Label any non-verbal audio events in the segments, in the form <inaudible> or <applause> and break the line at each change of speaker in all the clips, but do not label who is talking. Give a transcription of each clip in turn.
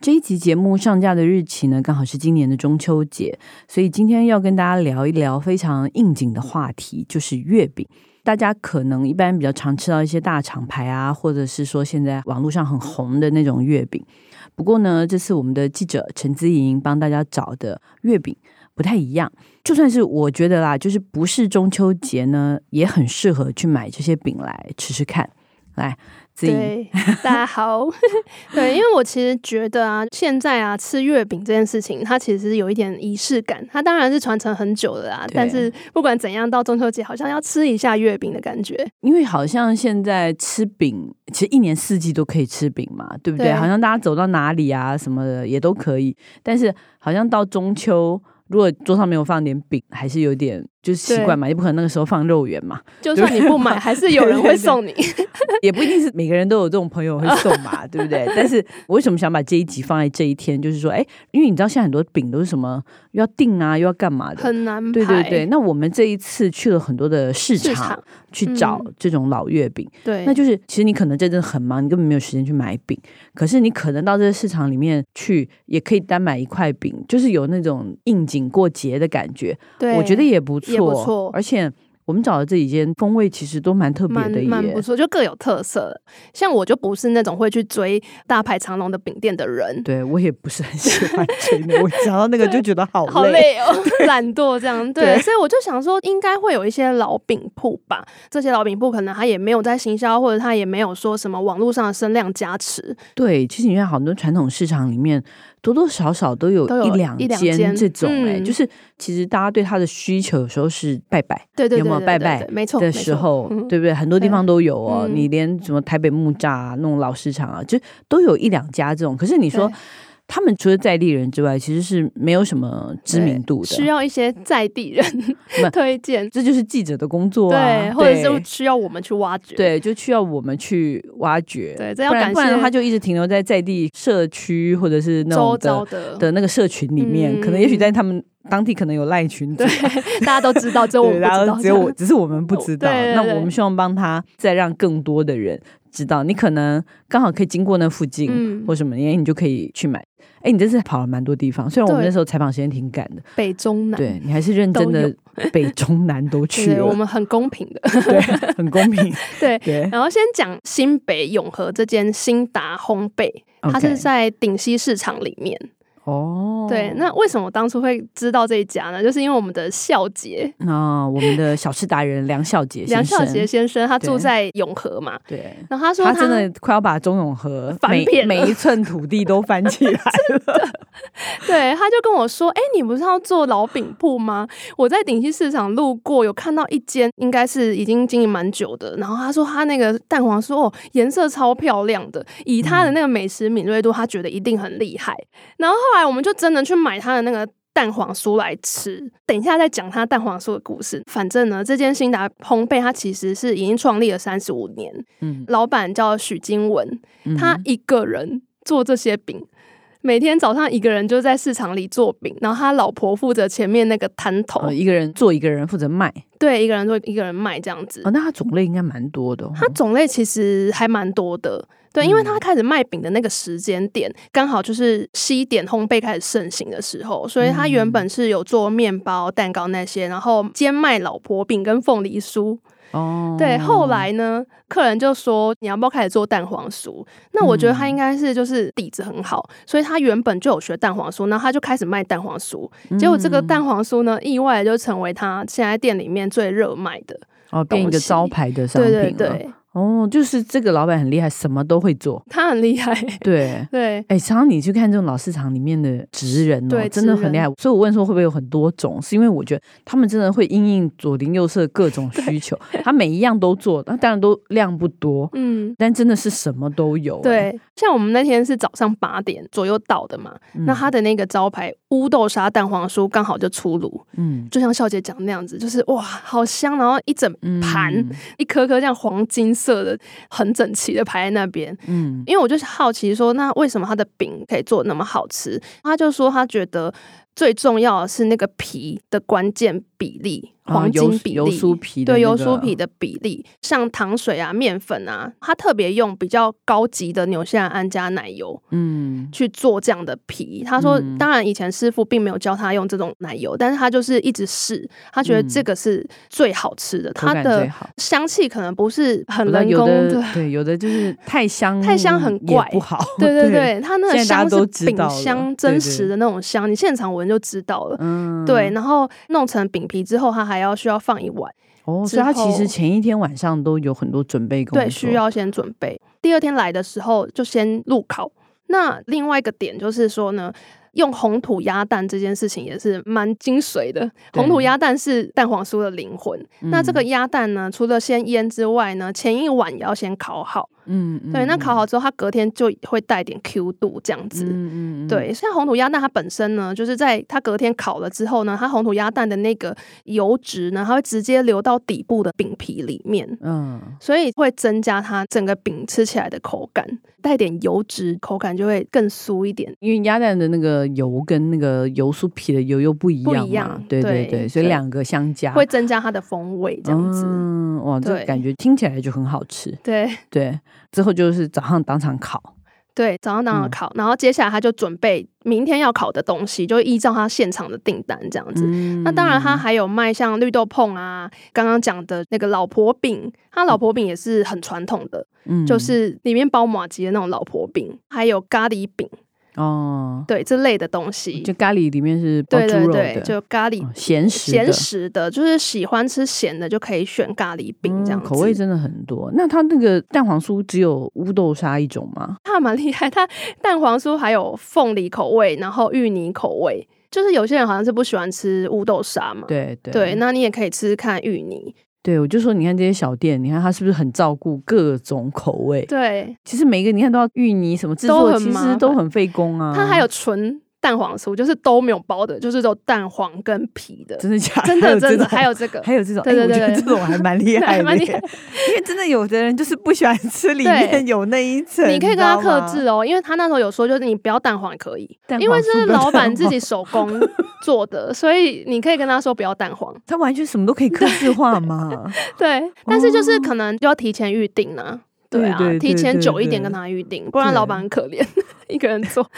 这一集节目上架的日期呢，刚好是今年的中秋节，所以今天要跟大家聊一聊非常应景的话题，就是月饼。大家可能一般比较常吃到一些大厂牌啊，或者是说现在网络上很红的那种月饼。不过呢，这次我们的记者陈姿莹帮大家找的月饼不太一样。就算是我觉得啦，就是不是中秋节呢，也很适合去买这些饼来吃吃看。来，自己
对，大家好。 <laughs> 对，因为我其实觉得啊，现在啊吃月饼这件事情，它其实是有一点仪式感。它当然是传承很久的啦，
对
但是不管怎样，到中秋节好像要吃一下月饼的感觉。
因为好像现在吃饼，其实一年四季都可以吃饼嘛，对不对？
对
好像大家走到哪里啊什么的也都可以，但是好像到中秋。如果桌上没有放点饼，还是有点就是习惯嘛，也不可能那个时候放肉圆嘛， <laughs>
就算你不买，还是有人会送你。
也不一定是每个人都有这种朋友会送嘛，对不对？但是我为什么想把这一集放在这一天，就是说，哎，因为你知道现在很多饼都是什么要订啊，又要干嘛的，
很难排。
对对对，，那我们这一次去了很多的市场
市场
去找
嗯
这种老月饼，
对，
那就是其实你可能真的很忙，你根本没有时间去买饼，可是你可能到这个市场里面去，也可以单买一块饼，就是有那种应景过节的感觉，
对
我觉得也不错，
也不错
而且。我们找的这几间风味其实都蛮特别
蛮
的
蛮不
耶，
错，就各有特色。像我就不是那种会去追大排长龙的饼店的人，
对我也不是很喜欢吃的，我
<laughs>
想到那个就觉得好累。
好累哦， <laughs> 懒惰这样。对，
对
所以我就想说，应该会有一些老饼铺吧。这些老饼铺可能他也没有在行销，或者他也没有说什么网络上的声量加持。
对，其实你看好多传统市场里面，多多少少都有
都有
一两
一两
间
间
这种、哎、
嗯
就是其实大家对它的需求有时候是拜拜，
对对对
有没有
对对
拜拜
对没错
的时候，
没错嗯
对不对？很多地方都有哦，
嗯
你连什么台北木栅、啊、那种老市场啊，就都有一两家这种。可是你说
对
他们除了在地人之外，其实是没有什么知名度
需
的。
要一些在地人
那
<laughs> 推荐，
这就是记者的工作啊，
对，或者
对
是需要我们去挖掘。
对，就需要我们去挖掘。
对这要
不然
感
不然
谢
他就一直停留在在地社区或者是那种
周
的
遭的嗯
的那个社群里面，可能也许在他们当地可能有赖群组
对，大家都知道，只有我们
对，
不知
然
道
后
这样。
只有我，只是我们不知道。
对对对
那我们希望帮他再让更多的人知道，你可能刚好可以经过那附近、
嗯
或什么，哎，你就可以去买。哎，你这次跑了蛮多地方，虽然我们
对
那时候采访时间挺赶的，
北中南。
对你还是认真的 <laughs> 北中南都去
对，我
了，
们很公平的。
对，很公平，
<laughs> 对，
对。
然后先讲新北永和这间新达烘焙，它
OK
是在顶溪市场里面。
哦，
对，那为什么我当初会知道这一家呢？就是因为我们的孝杰
那我们的小吃达人梁孝杰先
梁
生，
孝杰先生，他
对
住在永和嘛，
对。
然后他说
他真的快要把中永和
翻
每
遍了
每一寸土地都翻起
<laughs>
来了，
对，他就跟我说：“哎、你不是要做老饼铺吗？我在顶溪市场路过，有看到一间，应该是已经经营蛮久的。然后他说他那个蛋黄酥哦，颜色超漂亮的，以他的那个美食敏锐度，他觉得一定很厉害。然后后来我们就真的去买他的那个。”蛋黄酥来吃，等一下再讲他蛋黄酥的故事。反正呢，这间新达烘焙它其实是已经创立了三十五年，
嗯，
老板叫许金文，
嗯
他一个人做这些饼，每天早上一个人就在市场里做饼，然后他老婆负责前面那个摊头，
哦，一个人做一个人负责卖，
对，一个人做，一个人卖这样子。
哦，那它种类应该蛮多的、哦。
它种类其实还蛮多的，对，因为
嗯
他开始卖饼的那个时间点，刚好就是西点烘焙开始盛行的时候，所以他
嗯
原本是有做面包、蛋糕那些，然后兼卖老婆饼跟凤梨酥，
哦，
对，后来呢，客人就说你要不要开始做蛋黄酥？那我觉得他
嗯
应该是就是底子很好，所以他原本就有学蛋黄酥，然后他就开始卖蛋黄酥。结果这个
嗯
蛋黄酥呢，意外地就成为他现在店里面最热卖的。
哦变一个
东西
招牌的商
对
品了。
对对，
哦，就是这个老板很厉害，什么都会做。
他很厉害。 <laughs>
对，
对，
哎，常常你去看这种老市场里面的职人哦，
对
真的
职
很厉害
人。
所以我问说会不会有很多种，是因为我觉得他们真的会因应左邻右舍各
<laughs>
种需求，他每一样都做，那当然都量不多，
嗯，
但真的是什么都有。哎，
对，像我们那天是早上八点左右到的嘛，
嗯
那他的那个招牌乌豆沙蛋黄酥刚好就出炉，
嗯
就像笑姐讲那样子，就是哇，好香，然后一整
嗯
盘、一颗颗这样黄金色的，很整齐的排在那边。
嗯
因为我就是好奇说，那为什么他的饼可以做得那么好吃？他就说他觉得最重要的是那个皮的关键比例，
啊
黄
油
金比例，
油酥皮的那
对油
个
酥皮的比例，像糖水啊、面粉啊，他特别用比较高级的纽西兰安加奶油
嗯
去做这样的皮。他说，
嗯
当然以前师傅并没有教他用这种奶油，但是他就是一直试，他觉得
嗯
这个是最好吃的，
口
它
感
的
最好。
香气可能不是很
不知道
人
有
工
的
的。
对，有的
<laughs>
就是太香，
太香很
也
怪
不好。
<laughs> 对对，对，它那个
现在大家
香是
都知道
饼
了
香，
对对
真实的那种香，你现场闻就知道了。
嗯
对，然后弄成饼皮之后，它还要需要放一晚，
哦，所以他
之
其实
后
前一天晚上都有很多准备工作，
对，需要先准备。第二天来的时候就先入烤。那另外一个点就是说呢，用红土鸭蛋这件事情也是蛮精髓的。
对
红土鸭蛋是蛋黄酥的灵魂。
嗯。
那这个鸭蛋呢，除了先腌之外呢，前一晚也要先烤好。
嗯，嗯
对，那烤
嗯
好之后，它隔天就会带点 Q 度这样子。
嗯嗯嗯，
对，像红土鸭蛋，它本身呢，就是在它隔天烤了之后呢，它红土鸭蛋的那个油脂呢，它会直接流到底部的饼皮里面，
嗯，
所以会增加它整个饼吃起来的口感，带点油脂，口感就会更酥一点。
因为鸭蛋的那个油跟那个油酥皮的油又不一
不
样
一
嘛，
样
对对
对
对，所以
对
两个相加
会增加它的风味，这样子。
嗯，哇，这
对
感觉听起来就很好吃。
对
对，之后就是早上当场烤，
对，早上当
嗯
然烤，然后接下来他就准备明天要烤的东西，就依照他现场的订单这样子。嗯那当然，它
嗯
还有卖像绿豆碰啊，刚刚讲的那个老婆饼，它老婆饼也是很传统的，
嗯
就是里面包马吉的那种老婆饼，还有咖喱饼，
哦，
对这类的东西
就。咖喱里面是包
对
猪
对
肉
对
的，，
就咖喱
哦咸食的
咸食的，就是喜欢吃咸的就可以选咖喱饼这
嗯
样子。
口味真的很多。那它那个蛋黄酥只有乌豆沙一种吗？
它蛮厉害，它蛋黄酥还有凤梨口味，然后芋泥口味。就是有些人好像是不喜欢吃乌豆沙嘛，
对对
对，那你也可以吃吃看芋泥，
对，我就说你看这些小店，你看它是不是很照顾各种口味？
对，
其实每一个你看都要芋泥什么制
都
作，
很
其
麻
实
烦
都很费工啊。
它还有纯蛋黄酥，就是都没有包的，就是只有蛋黄跟皮的。
真的假的？<laughs>
真的真的，还
还有
有这
这
个
种。还有这种，
对
哎
对对
我觉得
对
这种还蛮厉害
还
的
蛮
耶，
厉
因
害
为真的有的人就是不喜欢吃里
对
面有那一层，
你可以跟
知
他
道
克
吗
制哦，因为他那时候有说，就是你不要蛋黄也可以
蛋，黄
因为这
酥
是
不要
老
蛋
板
黄
自己手工做的，所以你可以跟他说不要
<laughs>
蛋黄。
他完全什么都可以克制化
<laughs>
嘛。
对，但是就是可能要提前预定呢、啊。
对
啊，
对
提
对
前
对
久一点
对
跟他预定，不然老
对
板很
<laughs>
可怜，一个人做。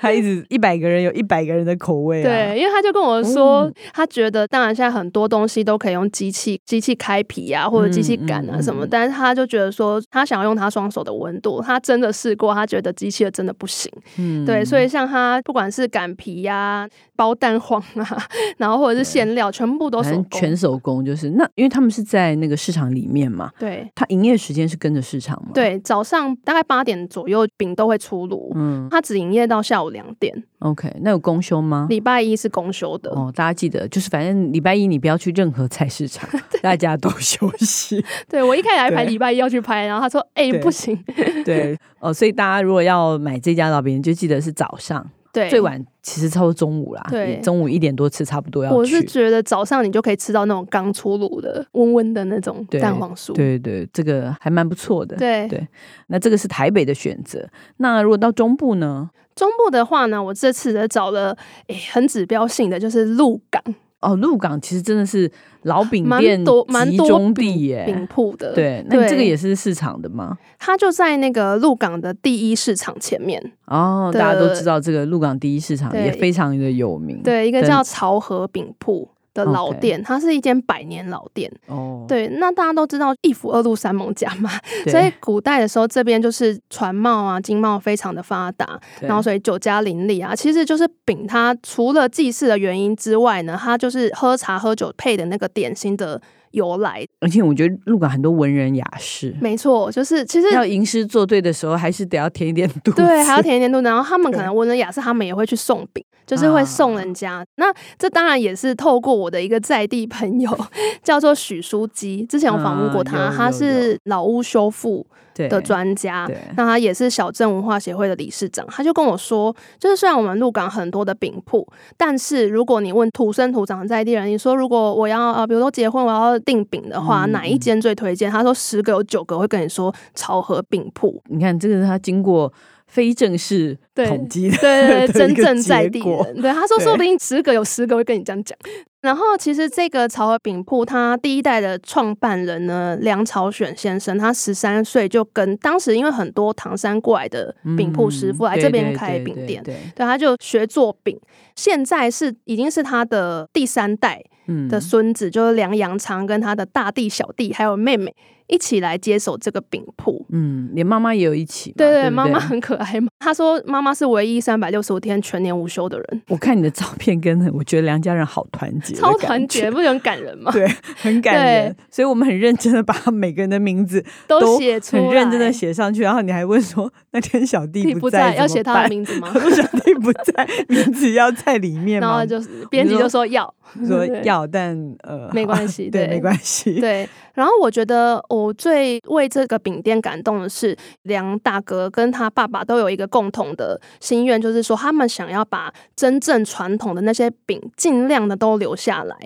他一直一百个人有一百个人的口味、啊，
对，因为他就跟我说，
嗯
他觉得当然现在很多东西都可以用机器，机器开皮啊，或者机器擀
嗯嗯
啊
嗯
什么，
嗯
但是他就觉得说，他想用他双手的温度，他真的试过，他觉得机器的真的不行。
嗯
对，所以像他不管是擀皮呀、 <laughs> 包蛋黄啊，然后或者是馅料，全部都
反
手
正
工。
全手工就是那，因为他们是在那个市场里面嘛，
对
他营业时间是跟着市场嘛。，
对，早上大概八点左右饼都会出炉。
嗯
他只营业到下午两点，
，OK，那有公休吗？
礼拜一是公休的。
哦，大家记得，就是反正礼拜一你不要去任何菜市
<laughs>
场，大家都休息。
对我一开始还排
对
礼拜一要去拍，然后他说：“哎、
对
不行。
对，哦，所以大家如果要买这家老饼，就记得是早上，”
对，
最晚其实差不多中午啦，
对
中午一点多吃差不多要去。
我是觉得早上你就可以吃到那种刚出炉的温温的那种
对
蛋黄酥。
对对，这个还蛮不错的。
对
对那这个是台北的选择。那如果到中部呢？
中部的话呢，我这次的找了诶、很指标性的，就是鹿港，
哦，鹿港其实真的是老饼
蛮
店
多蛮
集
多
中
饼
地
饼
耶。
铺的。
对，那你这个也是市场的吗？
它就在那个鹿港的第一市场前面，
哦，
对
大家都知道这个鹿港第一市场
对
也非常的有名。
对，一个
对
叫潮和饼铺。的老
OK
店它是一间百年老店。
哦，
对，那大家都知道一府二路三艋家嘛，
对
所以古代的时候，这边就是船贸啊、经贸非常的发达，
对
然后所以酒家邻里啊，其实就是饼它除了祭祀的原因之外呢，它就是喝茶喝酒配的那个点心的由来。
而且我觉得鹿港很多文人雅士，
没错，就是其实
要吟诗作对的时候，还是得要填一点肚子。
对，还要填一点肚子。然后他们可能文人雅士，他们也会去送饼，就是
啊
会送人家。那这当然也是透过我的一个在地朋友， <laughs> 叫做许书基，之前我访问过他，
啊有
他
有
是老屋修复
对
的专家。
对
那他也是小镇文化协会的理事长，他就跟我说，就是虽然我们鹿港很多的饼铺，但是如果你问土生土长的在地人，你说如果我要呃，比如说结婚我要订饼的话，
嗯
哪一间最推荐？他说十个有九个会跟你说潮和饼铺。
你看这个是他经过非正式
对
统计 <laughs> 的，
对
的
对对，
一
真
个
正在
结
地
果
人。对，他说，
对
说不定十个有十个会跟你这样讲。然后，其实这个潮和饼铺，它第一代的创办人呢，梁朝选先生，他十三岁就跟当时因为很多唐山过来的饼铺师傅
嗯
来
对
这边
对
开
对
饼
对
店，
对，
对，他就学做饼。现在是已经是他的第三代
嗯
的孙子，就是梁阳昌跟他的大弟、小弟还有妹妹一起来接手这个饼铺。
嗯，连妈妈也有一起嘛，
对
对
对，
不
妈妈
对
很可爱嘛。她说妈妈是唯一三百六十五天全年无休的人，
我看你的照片跟 <laughs> 我觉得梁家人好团结，
超团结，，不是很感人吗？
对，很感人。所以我们很认真的把每个人的名字
都写出来，
很认真的写上去，然后你还问说那天小弟
弟
不
不在，
怎
要
么
写他
办？
的名字吗
<laughs> 我小弟不在， <laughs> 名字要在里面
然
吗
后？就是编辑就说要，
说
对
要，但呃，
没
好
关系
<laughs> 对，
对
没关系，
对，然后我觉得我最为这个饼店感动的是，梁大哥跟他爸爸都有一个共同的心愿，就是说他们想要把真正传统的那些饼尽量的都留下来。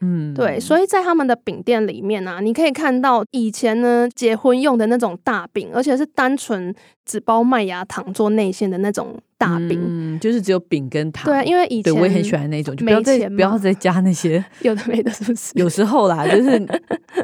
嗯，
对，所以在他们的饼店里面啊，你可以看到以前呢结婚用的那种大饼，而且是单纯只包麦芽糖做内馅的那种大饼。
嗯，就是只有饼跟糖，
对，啊因为以
对
前
我也很喜欢那种，就不
没
要再
钱
不要
嘛
再加那些。
有的没的，是不是？
有时候
<laughs>
啦，就是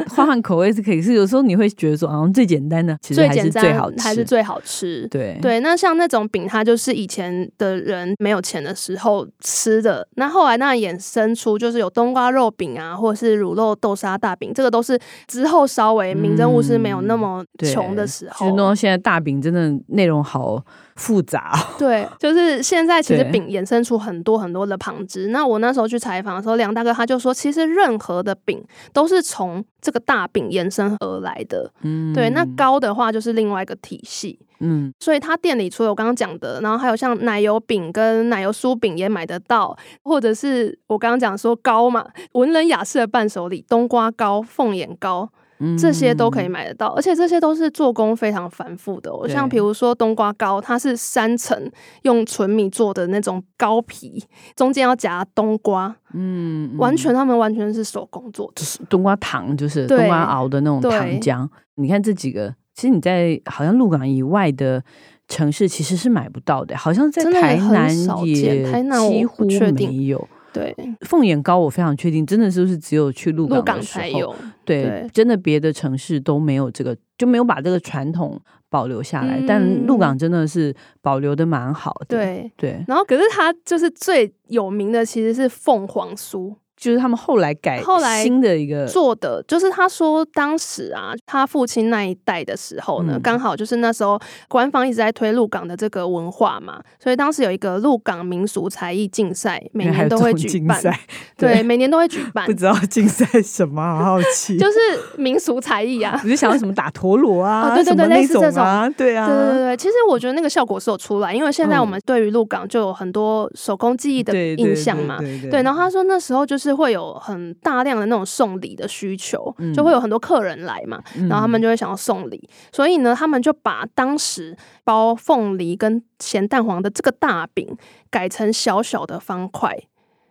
换换口味是可以，是有时候你会觉得说，好像最简单的 <laughs> 其实
最
还
简
是
单
最好吃，
还是最好吃。
对
对，那像那种饼，它就是以前的人没有钱的时候吃的。那后来那衍生出就是有冬瓜肉饼啊，或者是乳酪豆沙大饼，这个都是之后稍微民政务是没有那么
嗯对
穷的时
就是
候
弄。到现在大饼真的内容好复杂
<laughs>
哦、
对，就是现在其实
对
饼衍生出很多很多的旁支。那我那时候去采访的时候，梁大哥他就说，其实任何的饼都是从这个大饼延伸而来的。
嗯，
对，那糕的话就是另外一个体系。
嗯，
所以他店里除了我刚刚讲的，然后还有像奶油饼跟奶油酥饼也买得到，或者是我刚刚讲说糕嘛，文人雅士的伴手礼，冬瓜糕、凤眼糕
嗯
这些都可以。买得到，而且这些都是做工非常繁复的、哦。
对
像比如说冬瓜糕，它是三层用纯米做的那种糕皮，中间要夹冬瓜，
嗯，嗯
完全他们完全是手工做的。
冬瓜糖就是
对
冬瓜熬的那种糖
对
浆。你看这几个，其实你在好像鹿港以外的城市其实是买不到的，好像在
真的
台
也很
南
少
也
见台南我
几
不
乎
确定
没有。
对，
凤眼糕我非常确定，真的就是只有去鹿港的
鹿港
时
才
候
有。
对，
对
真的别的城市都没有这个，就没有把这个传统保留下来。但鹿港真的是保留的蛮好的，
嗯对，
对，
然后可是它就是最有名的其实是凤凰酥。
就是他们后来改
后来
新的一个，
做的，就是他说当时啊，他父亲那一代的时候呢
嗯，
刚、好就是那时候官方一直在推鹿港的这个文化嘛，所以当时有一个鹿港民俗才艺竞赛，每
还有
年都
这
会
种
举
竞
办，
赛，
<laughs> 对，
对
每年都
<laughs>
会举办
不，知道竞赛什么，啊好好奇。
就是民俗才
<laughs>
艺啊。
我就想要什么打陀螺啊，
哦对对对
什么那
类似这种
啊，对
对
啊，
对对对，其实我觉得那个效果是有出来，因为现在
嗯
我们对于鹿港就有很多手工技艺的
对
印象嘛，
对对
对，然后他说那时候就是会有很大量的那种送礼的需求，
嗯
就会有很多客人来嘛，
嗯
然后他们就会想要送礼，所以呢，他们就把当时包凤梨跟咸蛋黄的这个大饼改成小小的方块，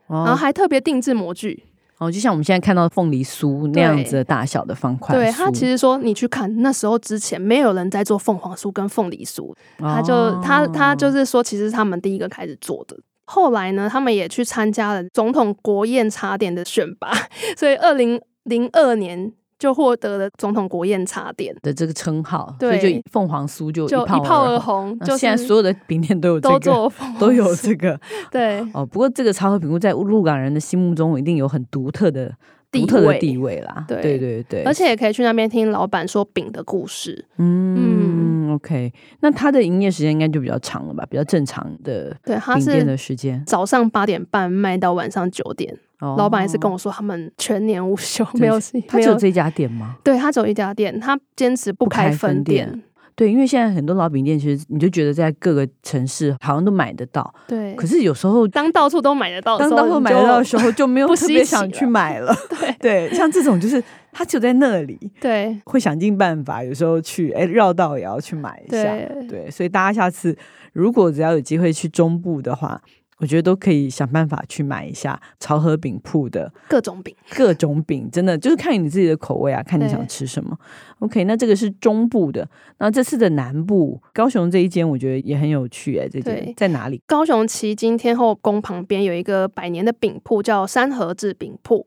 然后
哦，
还特别定制模具。
哦，就像我们现在看到凤梨酥那样
对
子的大小的方块酥，
对他其实说，你去看那时候之前没有人在做凤凰酥跟凤梨酥，他就、他他
哦
就是说，其实是他们第一个开始做的。后来呢，他们也去参加了总统国宴茶点的选拔，所以二零零二年就获得了总统国宴茶点，
的这个称号，所以
对
就凤凰酥就
就
一炮
而
而。
红，
那
就是
现在所有的饼店都有这
都
个，
做凤
都有
凰酥
这个
对
哦。不过这个超和饼屋在鹿港人的心目中一定有很独特的、
地
独特的
位
地位啦。
对
对对对，
而且也可以去那边听老板说饼的故事。
嗯， OK，那它的营业时间应该就比较长了吧？比较正常的
对，他
饼店的
是
时间。
早上八点半卖到晚上九点，
哦
老板还是跟我说他们全年无休，
真
没有
是它
没
只有
有。
这家店吗？
对他只有一家店，他坚持不
不开
开
分
分
店
店。
对，因为现在很多老饼店，其实你就觉得在各个城市好像都买得到，
对，
可是有时候
当到处都买得到的
当
时候，
到
你
买得
就
到的时候就没有
不
特
稀
别
奇
想去
了
买了。
<laughs> 对
对，像这种就是它只有在那里，
对
会想尽办法，有时候去哎绕道也要去买一下。
对
对，所以大家下次如果只要有机会去中部的话，我觉得都可以想办法去买一下潮和饼铺的
各种饼，
各种饼，真的就是看你自己的口味啊，看你想
对
吃什么。OK，那这个是中部的，那这次的南部高雄这一间我觉得也很有趣哎、这间
对
在哪里？
高雄旗津天后宫旁边有一个百年的饼铺，叫三合制饼铺。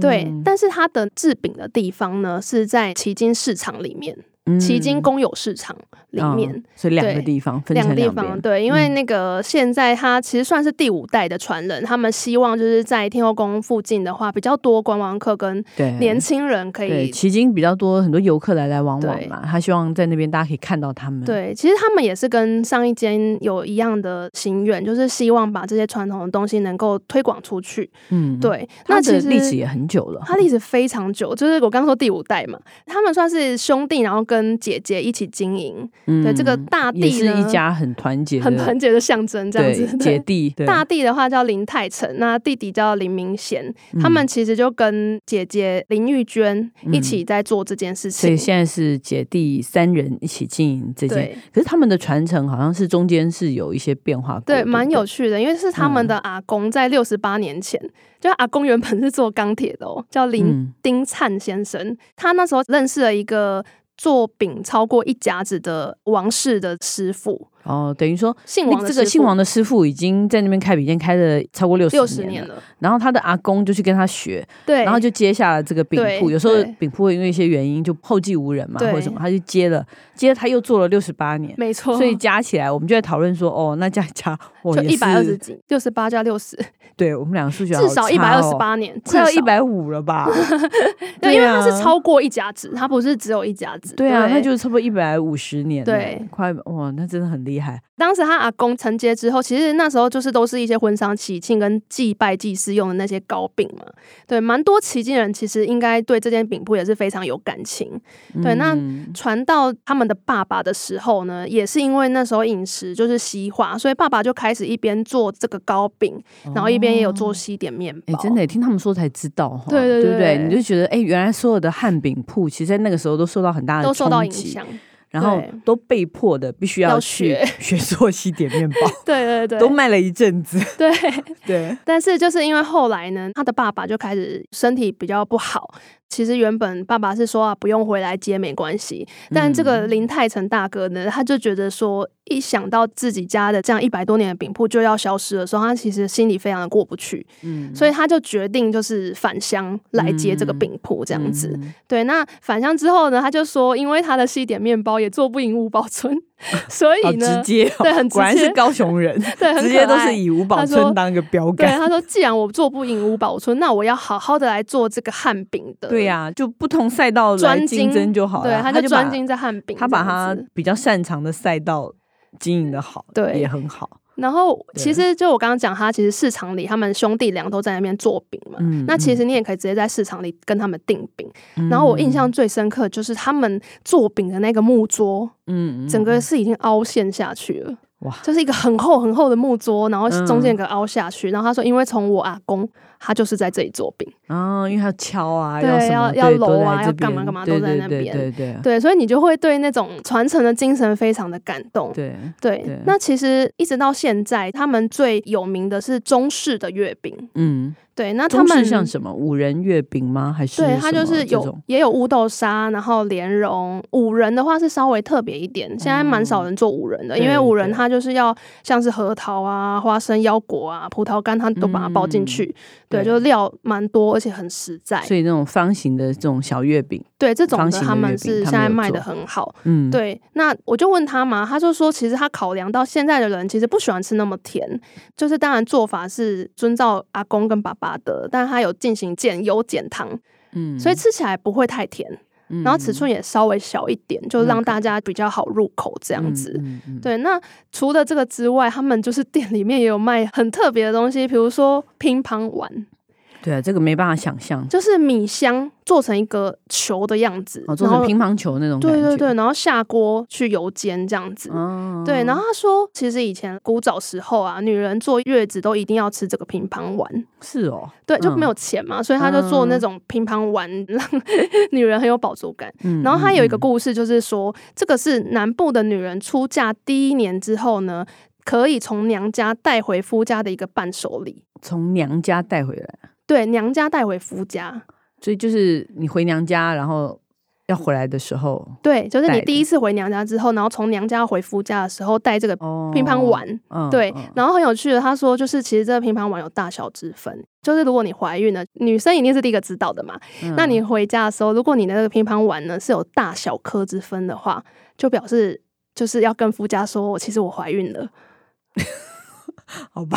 对，
嗯
但是它的制饼的地方呢是在旗津市场里面，
嗯
旗津公有市场里面。
嗯所以两个
对
地方分
两
成
个地
边
方，对，因为
嗯
那个现在它其实算是第五代的传人，他们希望就是在天后宫附近的话，比较多观光客跟
对
年轻人可
嗯对，
以
旗津比较多很多游客来来往往
对
嘛，他希望在那边大家可以看到他们。，
对，其实他们也是跟上一间有一样的心愿，就是希望把这些传统的东西能够推广出去。
嗯，
对，
它
那
的
其实
历史也很久了。
它历史非常久，就是我刚说第五代嘛，他们算是兄弟，然后跟姐姐一起经营。
嗯
对，这个大
也
地
是
呢，
一家很团结的，
很团结的象征，这样
对
子。
姐
对，
弟。对
大地的话叫林泰成，那弟弟叫林明贤，他们
嗯
其实就跟姐姐林玉娟一起在做这件事
所
情。
以现在是姐弟三人一起经营这件，
对
可是他们的传承好像是中间是有一些变化过，
对，蛮
不
有趣的，因为是他们
嗯
的阿公在六十八年前，就阿公原本是做钢铁的哦，叫林
嗯
丁灿先生，他那时候认识了一个做饼超过一甲子的王氏的师傅，
哦，等于说
姓王
那
的
这个
师傅
姓王的师傅已经在那边开笔店开了超过六
六
十
十年
了，
了，
然后他的阿公就去跟他学，
对，
然后就接下了这个饼
对
铺。有时候
对
饼铺会因为一些原因就后继无人嘛，或
对
者什么，他就接了，接了他又做了六十八年，
没错，
所以加起来我们就在讨论说，哦，那加一加，我
就一百二十，几，六十八加六十，
对我们两个数学好
至少
差
一百二十
哦，
八年，
快要
至
一
少，
百五了吧？
<laughs> 对，因为
啊
它是。超过一甲子，它不是只有一甲子，
对啊，那就是差不多一百五十年了，
对
快哇，那真的很厉害。
当时他阿公承接之后，其实那时候就是都是一些婚丧喜庆跟祭拜祭祀用的那些糕饼嘛。对，蛮多旗津人其实应该对这间饼铺也是非常有感情。对那
嗯
传到他们的爸爸的时候呢，也是因为那时候饮食就是西化，所以爸爸就开始一边做这个糕饼，然后一边也有做西点面
哎、
包。
真的听他们说才知道哈，
对对
不对？
对
你就觉得哎、原来所有的汉饼铺，其实在那个时候都受到很大的
都受到
冲
影
击，
响。
然后
对
都被迫的必须要
要
去
学
学做西点面包，
<laughs> 对对
都
对
卖了一阵子。
<laughs> 对。
对，
但是就是因为后来呢，他的爸爸就开始身体比较不好。其实原本爸爸是说啊，不用回来接没关系，但这
嗯
个林泰成大哥呢，他就觉得说，一想到自己家的这样一百多年的饼铺就要消失的时候，他其实心里非常的过不去，
嗯
所以他就决定就是返乡来接这个饼铺这样子。
嗯
对，那返乡之后呢，他就说，因为他的西点面包也做不赢五宝
<laughs>
村，所
<laughs> 好
以
直
呢，
接、哦，
对很直
果然是
接
高雄人，
<laughs> 对，很
直
可
接都
爱
是以五宝
他
村
说
当一个标
对，
杆。
他说既然我做不赢五宝村，那我要好好的来做这个汉饼
<laughs>
的。
对、呀、就不同赛道来
专
竞
精
争就好了。
对，他
他
就
把
专精在汉饼这样子，
他把他比较擅长的赛道经营的好，
对
也很好。
然后
对
其实就我刚刚讲，他其实市场里他们兄弟俩都在那边做饼嘛。
嗯嗯
那其
实，
实你也可以直接在市场里跟他们订饼。然后我印象最深刻就是他们做饼的那个木桌，
嗯，嗯
整个是已经凹陷下去了，
哇，
就是一个很厚很厚的木桌，然后
嗯
中间有个凹下去。然后他说，因为从我阿公，他就是在这里做饼。
啊，因为要敲啊，
对
什么
要要
对都
揉
在
啊
这
要干
边
嘛干嘛
对
都在
对
那
对
边
对对
对，所以你就会对那种传承的精神非常的感动。
对，
对，
对
那其实一直到现在，他们最有名的是中式的月饼。
嗯，
对，那他
中
们
式像什么五仁月饼吗？还是
对，它
什
就
么
是
这
有
种
也有乌豆沙，然后莲蓉。五仁的话是稍微特别一点，现在蛮少人做五仁的，因为
嗯对
五仁
对
它就是要像是核桃啊、花生、腰果啊、葡萄干，它都把它包进去。
对
对，就是料蛮多，而且很实在。
嗯所以那种方形的这种小月饼，
对，这种
方
的
形的
他
月
们
饼
是
他
现
们
在
有
卖
做
的很好。
嗯，，
对，那我就问他嘛，他就说，其实他考量到现在的人其实不喜欢吃那么甜，就是当然做法是遵照阿公跟爸爸的，但他有进行减油减糖，
嗯
所以吃起来不会太甜。
嗯
然后尺寸也稍微小一点，就让大家比较好入口
这
这样子。
嗯嗯嗯
对，那除了这个之外，他们就是店里面也有卖很特别的东西，比如说乒乓丸，
对啊，这个没办法想象，
就是米香做成一个球的样子，
哦，做
然
成
后
乒乓球那种感
对
觉，
对对，然后下锅去油煎这样子。
哦，
对，然后他说，其实以前古早时候啊，女人坐月子都一定要吃这个乒乓丸，
是哦，
对，就
嗯
没有钱嘛，所以他就做那种乒乓丸， <laughs> 让女人很有饱足感。
嗯
然后他有一个，
嗯
故事，就是说，这个是南部的女人出嫁第一年之后呢，可以从娘家带回夫家的一个伴手
嗯
礼。
从娘家带回来，
对，娘家带回夫家，
所以就是你回娘家，然后要回来的时候，
对，就是
带
你
的
第一次回娘家之后，然后从娘家回夫家的时候带这个
哦，
乒乓，丸。
嗯
对
嗯，
然后很有趣的，他说就是其实这个乒乓丸有大小之分，就是如果你怀孕了，女生一定是第一个知道的嘛。
嗯
那你回家的时候，如果你的那个乒乓丸呢是有大小颗之分的话，就表示就是要跟夫家说，我其实我怀孕了。
好吧，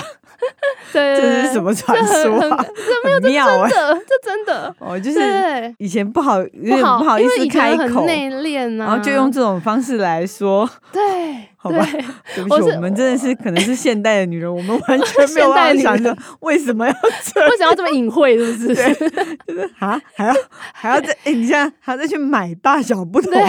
对，
<laughs> 这
对
是什？么传说啊？这没有妙
对
哎，
对对这真的，这真的。
哦，就是
对，
以前不好，有点
不好，
不好意
因为
思
以前
开口
很，内敛啊，
然后就用这种方式来说，
对
好吧
对，
对不起，
我是
我们真的是可能是现代的女人，我们完
<laughs>
全没有
现代
办法
女
想
人
着为什么要这
为什么要这么隐晦？是 <laughs> 不是？
啊，还要还要再哎、你现在还要再去买大小不同的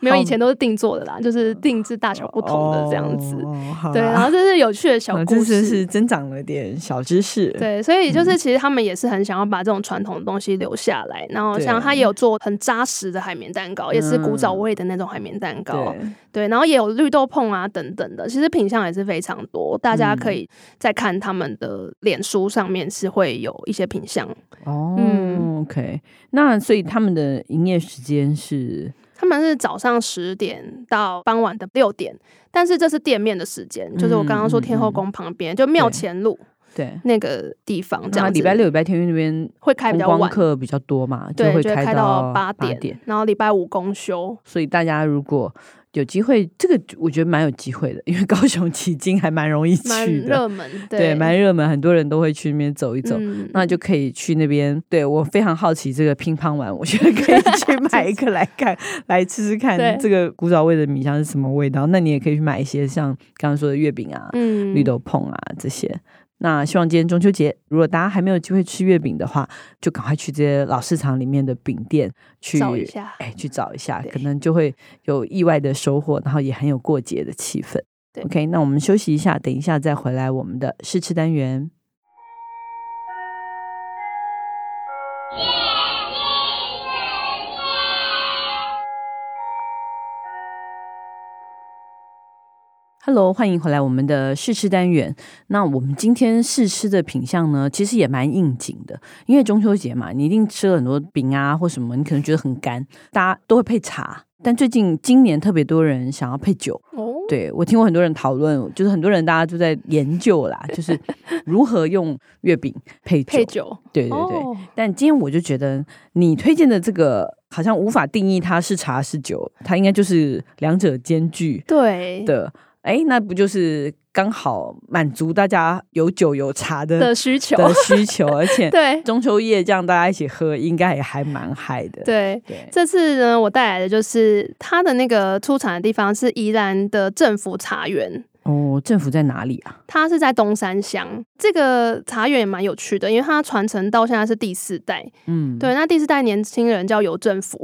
没有，
好
以前都是定做的啦，就是定制大小不同的这样子。
哦、好啦
对，然后这是有趣的小
啊
故
这
事。
真是增长了点小知识。，
对，所以
嗯
就是其实他们也是很想要把这种传统的东西留下来。然后像
对
他也有做很扎实的海绵蛋糕，也是古早味的那种海绵蛋糕。
嗯对
对，然后也有绿豆碰啊等等的，其实品相也是非常多。大
嗯
家可以再看他们的脸书上面是会有一些品相。
哦、
嗯
o k 那所以他们的营业时间是
他们是早上十点到傍晚的六点，但是这是店面的时间，就是我刚刚说
嗯嗯
天后
嗯
宫旁边，就庙
对
前路
对。
那个地方，这
那
样
礼
子
拜六、礼拜天因为那边
会开比
观
较
光
晚，
客比较多嘛，
对，
会
就会
开
开到
八
点，
点。
然后礼拜五公休。
所以大家如果有机会，这个我觉得蛮有机会的，因为高雄迄今还蛮容易
蛮
去的，
热门，
对，蛮热门，很多人都会去那边走一走。
嗯
那就可以去那边。对我非常好奇这个乒乓丸，我觉得可以
<laughs>
去买一个来看，来吃吃
对
看这个古早味的米香是什么味道。那你也可以去买一些像刚刚说的月饼啊、
嗯
绿豆碰啊这些。那希望今天中秋节，如果大家还没有机会吃月饼的话，就赶快去这些老市场里面的饼店去
找一下
哎，去找一下，
对
可能就会有意外的收获，然后也很有过节的气氛
对。
OK，那我们休息一下，等一下再回来我们的试吃单元。Hello，欢迎回来我们的试吃单元。那我们今天试吃的品相呢，其实也蛮应景的，因为中秋节嘛，你一定吃了很多饼啊或什么，你可能觉得很干，大家都会配茶。但最近今年特别多人想要配酒，
哦，
对我听过很多人讨论，就是很多人大家就在研究
<laughs>
啦，就是如何用月饼配酒。
配酒，
对对对。
哦，
但今天我就觉得你推荐的这个好像无法定义它是茶是酒，它应该就是两者兼具。
哦对
的，哎，那不就是刚好满足大家有酒有茶的
的需求，
的需求，
<laughs>
而且
对
中秋夜这样大家一起喝，应该也还蛮嗨的。
对。
对
这次呢，我带来的就是它的那个出产的地方是宜兰的政府茶园，
哦，政府在哪里啊？
它是在东山乡。这个茶园也蛮有趣的，因为它传承到现在是第四代。
嗯，
对，那第四代年轻人叫邮政府，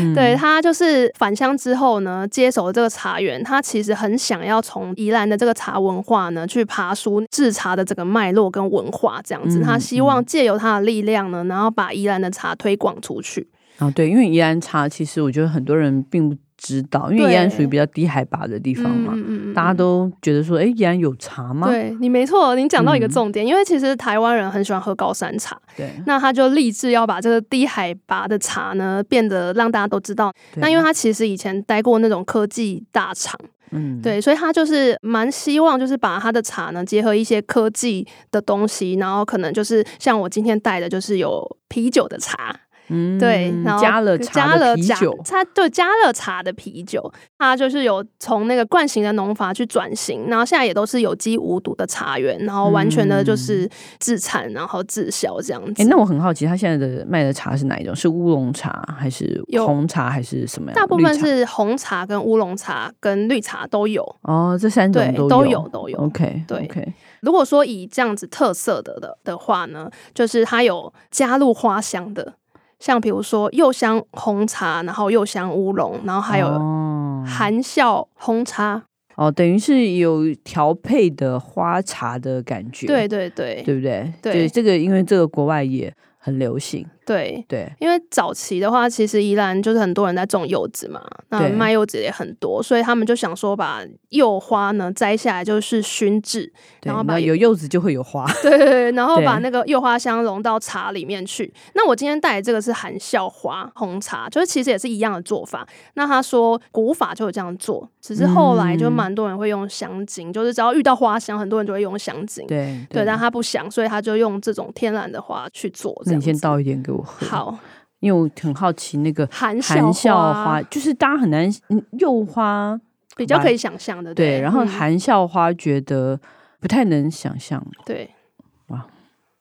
嗯
<laughs> 对，他就是返乡之后呢，接手了这个茶园，他其实很想要从宜兰的这个茶文化呢，去爬出制茶的整个脉络跟文化这样子。
嗯
他希望借由他的力量呢，然后把宜兰的茶推广出去。
啊，对，因为宜兰茶其实我觉得很多人并不知道，因为宜兰属于
对
比较低海拔的地方嘛，
嗯
大家。都觉得说，哎，宜兰有茶吗？
对你没错，你讲到一
嗯
个重点，因为其实台湾人很喜欢喝高山茶，
对，
那他就立志要把这个低海拔的茶呢变得让大家都知道。
对
那因为他其实以前待过那种科技大厂，
嗯，
对，所以他就是蛮希望，就是把他的茶呢结合一些科技的东西，然后可能就是像我今天带的，就是有啤酒的茶，
嗯
对，然后
加了
加
茶
了
的啤
茶
酒，，
它对加了茶的啤酒，它就是有从那个惯型的农法去转型，然后现在也都是有机无毒的茶园，然后完全的就是自产，然后自销这样
嗯
子。
哎，那我很好奇，他现在的卖的茶是哪一种？是乌龙茶还是
有
红茶还是什么呀？
大部
绿
分
茶
是红茶、跟乌龙茶、跟绿茶都有，
哦，这三
对
种，都
都有都有。
OK，
对
OK，
如果说以这样子特色的的的话呢，就是它有加入花香的，像比如说柚香红茶，然后柚香乌龙，然后还有
哦
含笑红茶。
哦，等于是有调配的花茶的感觉，
对对对
对不对？
对
这个因为这个国外也很流行，
对，
对，
因为早期的话，其实宜兰就是很多人在种柚子嘛，那
对
卖柚子也很多，所以他们就想说把柚花呢摘下来就是熏制，
对
然后把
那有柚子就会有
<laughs>
花，
对对对，然后
对
把那个柚花香融到茶里面去。那我今天带的这个是含笑花红茶，就是其实也是一样的做法。那他说古法就有这样做，只是后来就
嗯
蛮多人会用香精，就是只要遇到花香，很多人就会用香精。
对
对，但他不想，所以他就用这种天然的花去做。
那
这样
你先
子
倒一点给我喝，，
好，
因为我很好奇那个
含
含笑
花
花，就是大家很难，嗯，柚花
比较
吧
可以想象的，
对，然后
嗯
含笑花觉得不太能想象，
对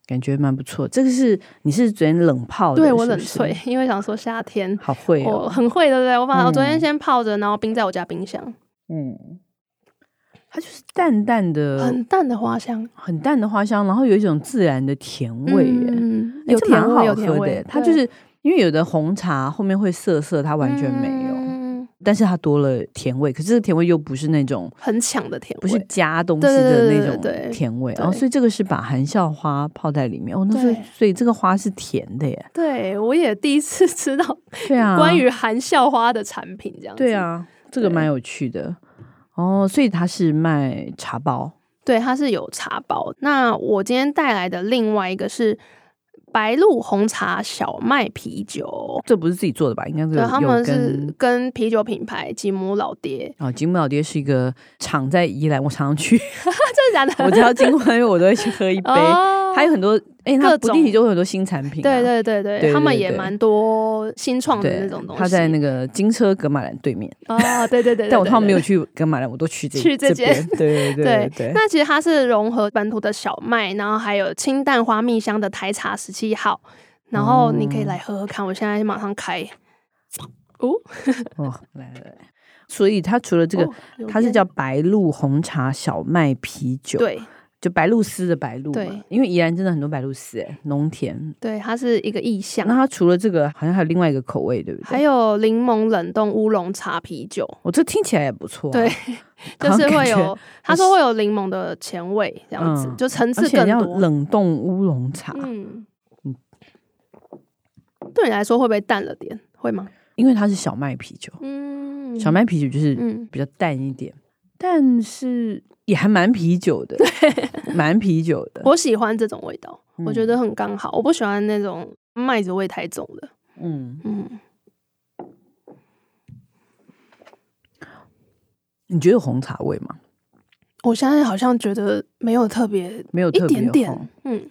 感觉蛮不错。这个是你是昨天冷泡的，
对
是
我
不
冷
是
萃，，因为想说夏天
好会
我
哦，
很会的，对不对？我把我昨天
嗯
先泡着，然后冰在我家冰箱，
嗯，它就是淡淡的、
很淡的花香，
很淡的花香，然后有一种自然的甜味耶，
嗯
诶
有
这蛮
甜味，有
好
甜
喝的
味
耶。，它就是因为有的红茶后面会涩涩，它完全没有，
有
但是它多了甜味，可是这个甜味又不是那种。
很强的甜味，
不是加东西
对对
的那
对对对
种
对
甜味，然后、
对
所以这个是把含笑花泡在里面哦，那所以
对
所以这个花是甜的耶，
对我也第一次 <laughs> 吃到
对啊，
关于含笑花的产品，这样子
对，啊，这个
对
蛮有趣的哦，所以它是卖茶包，
对，它是有茶包。那我今天带来的另外一个是白鹿红茶小麦啤酒。
这不是自己做的吧？应该是
对，
有
他
有
们
跟
是跟啤酒品牌吉姆老
<laughs>
爹，
哦，吉姆老爹是一个厂在宜兰，我常常去， <laughs>
真的假 <laughs> 的？
我只要经过那边，我都会去喝一杯。
哦
还有很多，哎、它
各
不
种
定期就会有很多新产品、啊，
对对对对，
对
他们
对
也
对
蛮多新创的
对
那种东西。
他在那个金车格马兰对面，
哦，对对对，
<laughs>
对
但我通常没有。
对对
去格马兰，我都去这
去这
这
<laughs>
边，对对对
对
对。
那其实它是融合本土的小麦，然后还有清淡花蜜香的台茶十七号，然后你可以来喝喝看。我现在马上开，哦，
哦，来来来，所以它除了这个，
哦有
它是
烟
叫白鹿红茶小麦啤酒，，
对
就白露丝的白露嘛，
对
因为宜兰真的很多白露丝，哎，农田。
对，它是一个意象
那。它除了这个，好像还有另外一个口味，对不对？
还有柠檬冷冻乌龙茶啤酒，
我这听起来也不错、啊， <laughs>
对，就
好像
是
感
会
觉
有，他说会有柠檬的前味，这样子、
嗯
就层
而
次
且
更
要
多。
冷冻乌龙茶，
嗯
嗯，
对你来说会不会淡了点？会吗？
因为它是小麦啤酒，
嗯，
小麦啤酒就是
嗯，
比较淡一点，但是也还蛮啤酒
<laughs>
的，蛮啤酒的。
我喜欢这种味道，我觉
嗯
得很刚好。我不喜欢那种麦子味太重的。
嗯，
嗯，
你觉得有红茶味吗？
我现在好像觉得没有特别
没有
一
特别
点
红
点，嗯，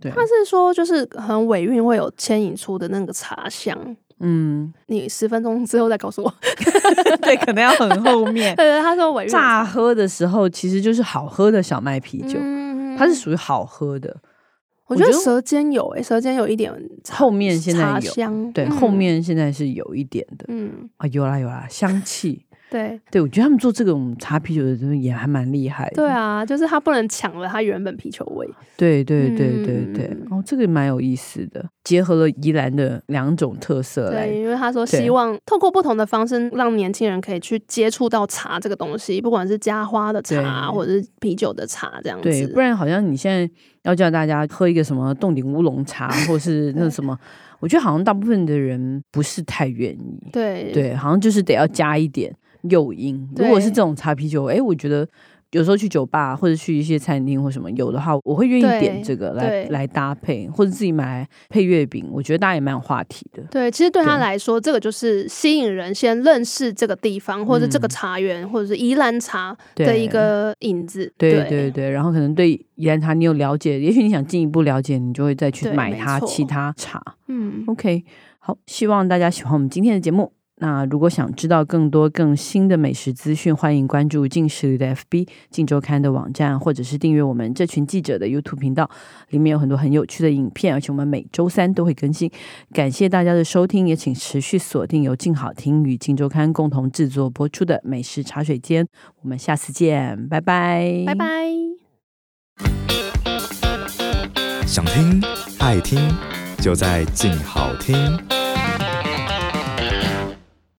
对，
他是说就是很尾韵会有牵引出的那个茶香。
嗯，
你十分钟之后再告诉我。 <laughs>
对，可能要很后面。
对对，他说尾韵
乍喝的时候，其实就是好喝的小麦啤酒，
嗯
它是属于好喝的。
我觉
我
得
觉得
舌尖有诶、舌尖有一点茶
后面现在
茶
有，
香，
对，
嗯
后面现在是有一点的
嗯，
啊，有啦有啦，香气。
对
对，我觉得他们做这种茶啤酒的真的也还蛮厉害的。
对，啊，就是它不能抢了它原本啤酒味。
对对对对对，
嗯
哦，这个蛮有意思的，结合了宜兰的两种特色来。
对，因为他说
对
希望透过不同的方式让年轻人可以去接触到茶这个东西，不管是加花的茶
对
或者是啤酒的茶这样子。
对，不然好像你现在要叫大家喝一个什么冻顶乌龙茶，或是那什
<laughs>
么，我觉得好像大部分的人不是太愿意。
对
对，好像就是得要加一点诱因。如果是
对
这种茶啤酒，哎，我觉得有时候去酒吧或者去一些餐厅或什么，有的话我会愿意点
对
这个来
对
来搭配，或者自己买来配月饼，我觉得大家也蛮有话题的。
对，其实对他
对
来说，这个就是吸引人先认识这个地方，或者是这个
嗯
茶园，或者是宜兰茶的
对
一个影子。
对
对
对对，然后可能对宜兰茶你有了解，也许你想进一步了解，你就会再去
对
买
没
它
错
其他茶。
嗯，
OK，好，希望大家喜欢我们今天的节目。那如果想知道更多更新的美食资讯，欢迎关注进食旅的 FB、进周刊的网站，或者是订阅我们这群记者的 YouTube 频道，里面有很多很有趣的影片，而且我们每周三都会更新。感谢大家的收听，也请持续锁定由静好听与静周刊共同制作播出的美食茶水间。我们下次见，拜拜，
拜拜。
想听爱听，就在静好听。